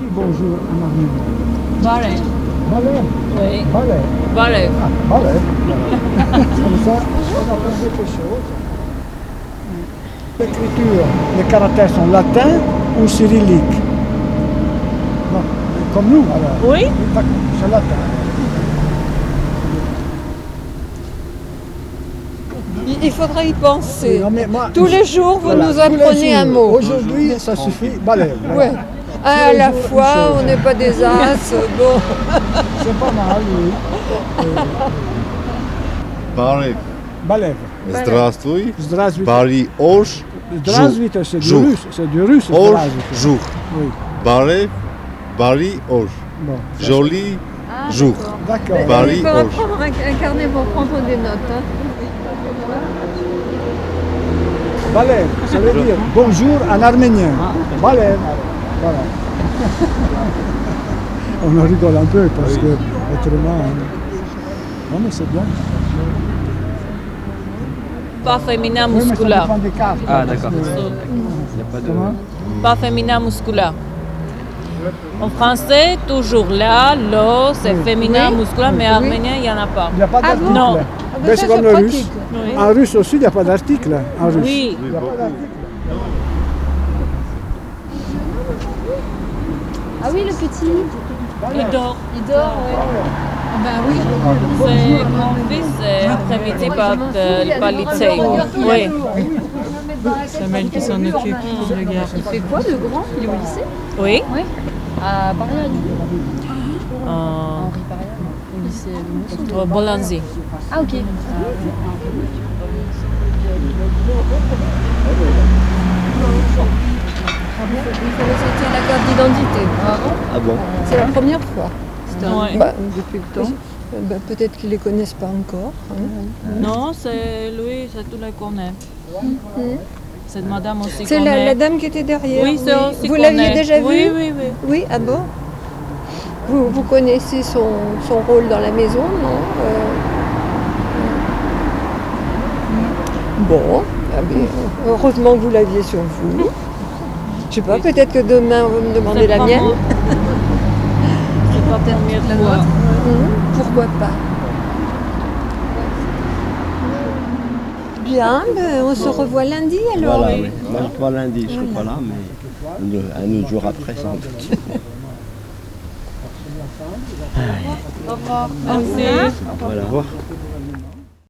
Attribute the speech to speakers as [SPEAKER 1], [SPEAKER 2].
[SPEAKER 1] dis bonjour en arménien
[SPEAKER 2] Barev.
[SPEAKER 1] Balev,
[SPEAKER 2] Oui.
[SPEAKER 1] balev,
[SPEAKER 2] Barev.
[SPEAKER 1] ah, balev. Comme ça, on apprend quelque chose. L'écriture, les caractères sont latins ou cyrilliques Non, Comme nous, alors.
[SPEAKER 2] Oui
[SPEAKER 1] D'accord, C'est latin.
[SPEAKER 3] Il, il faudra y penser.
[SPEAKER 1] Non, mais moi,
[SPEAKER 3] Tous les jours, vous
[SPEAKER 1] voilà,
[SPEAKER 3] nous
[SPEAKER 1] tous les
[SPEAKER 3] apprenez un
[SPEAKER 1] jours.
[SPEAKER 3] mot.
[SPEAKER 1] Aujourd'hui, ça suffit. Balev. voilà.
[SPEAKER 3] Ouais. Un à
[SPEAKER 1] les
[SPEAKER 3] la
[SPEAKER 1] jours, une
[SPEAKER 3] fois,
[SPEAKER 1] chose.
[SPEAKER 3] on n'est pas des as. Bon.
[SPEAKER 1] C'est pas mal, oui.
[SPEAKER 4] Barry,
[SPEAKER 1] Balev.
[SPEAKER 4] здравствуй.
[SPEAKER 1] Zdravstvite.
[SPEAKER 4] Barry, osh,
[SPEAKER 1] Zdravstvite, c'est du
[SPEAKER 4] Jour.
[SPEAKER 1] russe. C'est du russe,
[SPEAKER 4] osh,
[SPEAKER 1] zdravstvite.
[SPEAKER 4] jour.
[SPEAKER 1] Oui.
[SPEAKER 4] Barry, Barry, osh.
[SPEAKER 1] Bon.
[SPEAKER 4] Joli jour.
[SPEAKER 1] D'accord.
[SPEAKER 4] Bali,
[SPEAKER 3] il faudra
[SPEAKER 4] Auge.
[SPEAKER 3] prendre un, un carnet pour prendre des notes. hein.
[SPEAKER 1] Balev, ça veut dire bonjour en arménien.
[SPEAKER 2] Ah,
[SPEAKER 1] Balev. Voilà. On en rigole un peu parce que autrement. on- Non mais c'est bien.
[SPEAKER 2] Pas féminin
[SPEAKER 1] Oui, mais ça
[SPEAKER 2] musculaire.
[SPEAKER 1] dépend des cartes.
[SPEAKER 5] Ah, d'accord. Il n'y a pas de.
[SPEAKER 1] Comment
[SPEAKER 2] Pas féminin musculaire. En français, toujours là, l'eau, c'est féminin
[SPEAKER 3] Oui.
[SPEAKER 2] musculaire, mais
[SPEAKER 3] Oui.
[SPEAKER 2] arménien, il n'y en a pas.
[SPEAKER 1] Il n'y a pas
[SPEAKER 3] Ah
[SPEAKER 1] d'article.
[SPEAKER 3] bon
[SPEAKER 2] Non.
[SPEAKER 3] Ah ben
[SPEAKER 1] Mais
[SPEAKER 3] ça,
[SPEAKER 1] c'est
[SPEAKER 3] je
[SPEAKER 1] comme le
[SPEAKER 3] pratique.
[SPEAKER 1] russe.
[SPEAKER 2] Oui.
[SPEAKER 1] En russe aussi, il n'y a pas d'article. hein, En russe.
[SPEAKER 2] Oui.
[SPEAKER 1] Il n'y a pas d'article.
[SPEAKER 6] Ah oui, le petit,
[SPEAKER 2] Il dort.
[SPEAKER 6] il dort, ouais. Ah bah oui.
[SPEAKER 2] C'est mon fils est après-midi par le par lycée. Oui.
[SPEAKER 6] C'est Mel qui s'en occupe, le gars. Il fait quoi, le grand Il est au lycée
[SPEAKER 2] Oui.
[SPEAKER 6] À Paris,
[SPEAKER 2] Euh,
[SPEAKER 6] au lycée de Monceau.
[SPEAKER 2] euh, Bollanzi.
[SPEAKER 6] Ah, ok.
[SPEAKER 3] Il faut ressortir la carte d'identité.
[SPEAKER 5] Ah bon
[SPEAKER 3] C'est la première fois. C'est un-
[SPEAKER 2] Ouais.
[SPEAKER 3] bah, depuis le temps. Euh, bah, Peut-être qu'ils ne les connaissent pas encore. hein.
[SPEAKER 2] Non, c'est lui, c'est tout le qu'on est. Cette madame aussi
[SPEAKER 3] C'est
[SPEAKER 2] qu'on
[SPEAKER 3] la, la
[SPEAKER 2] est.
[SPEAKER 3] dame qui était derrière.
[SPEAKER 2] Oui, c'est aussi
[SPEAKER 3] Vous
[SPEAKER 2] qu'on
[SPEAKER 3] l'aviez
[SPEAKER 2] est.
[SPEAKER 3] déjà vue
[SPEAKER 2] Oui, oui, oui.
[SPEAKER 3] Oui, ah bon vous, vous connaissez son, son rôle dans la maison, non Euh, Bon, ah ben, heureusement que vous l'aviez sur vous. Je sais pas, peut-être que demain on va me demander
[SPEAKER 2] C'est
[SPEAKER 3] la
[SPEAKER 2] pas
[SPEAKER 3] mienne.
[SPEAKER 2] moi. C'est pas première fois.
[SPEAKER 3] Mhm, pourquoi pas Bien, ben, on se revoit lundi alors.
[SPEAKER 5] Voilà, oui. Moi, je crois lundi, je ne serai pas là, mais le- un autre jour après, sans doute.
[SPEAKER 2] Merci. Hein
[SPEAKER 5] Voilà. Au revoir.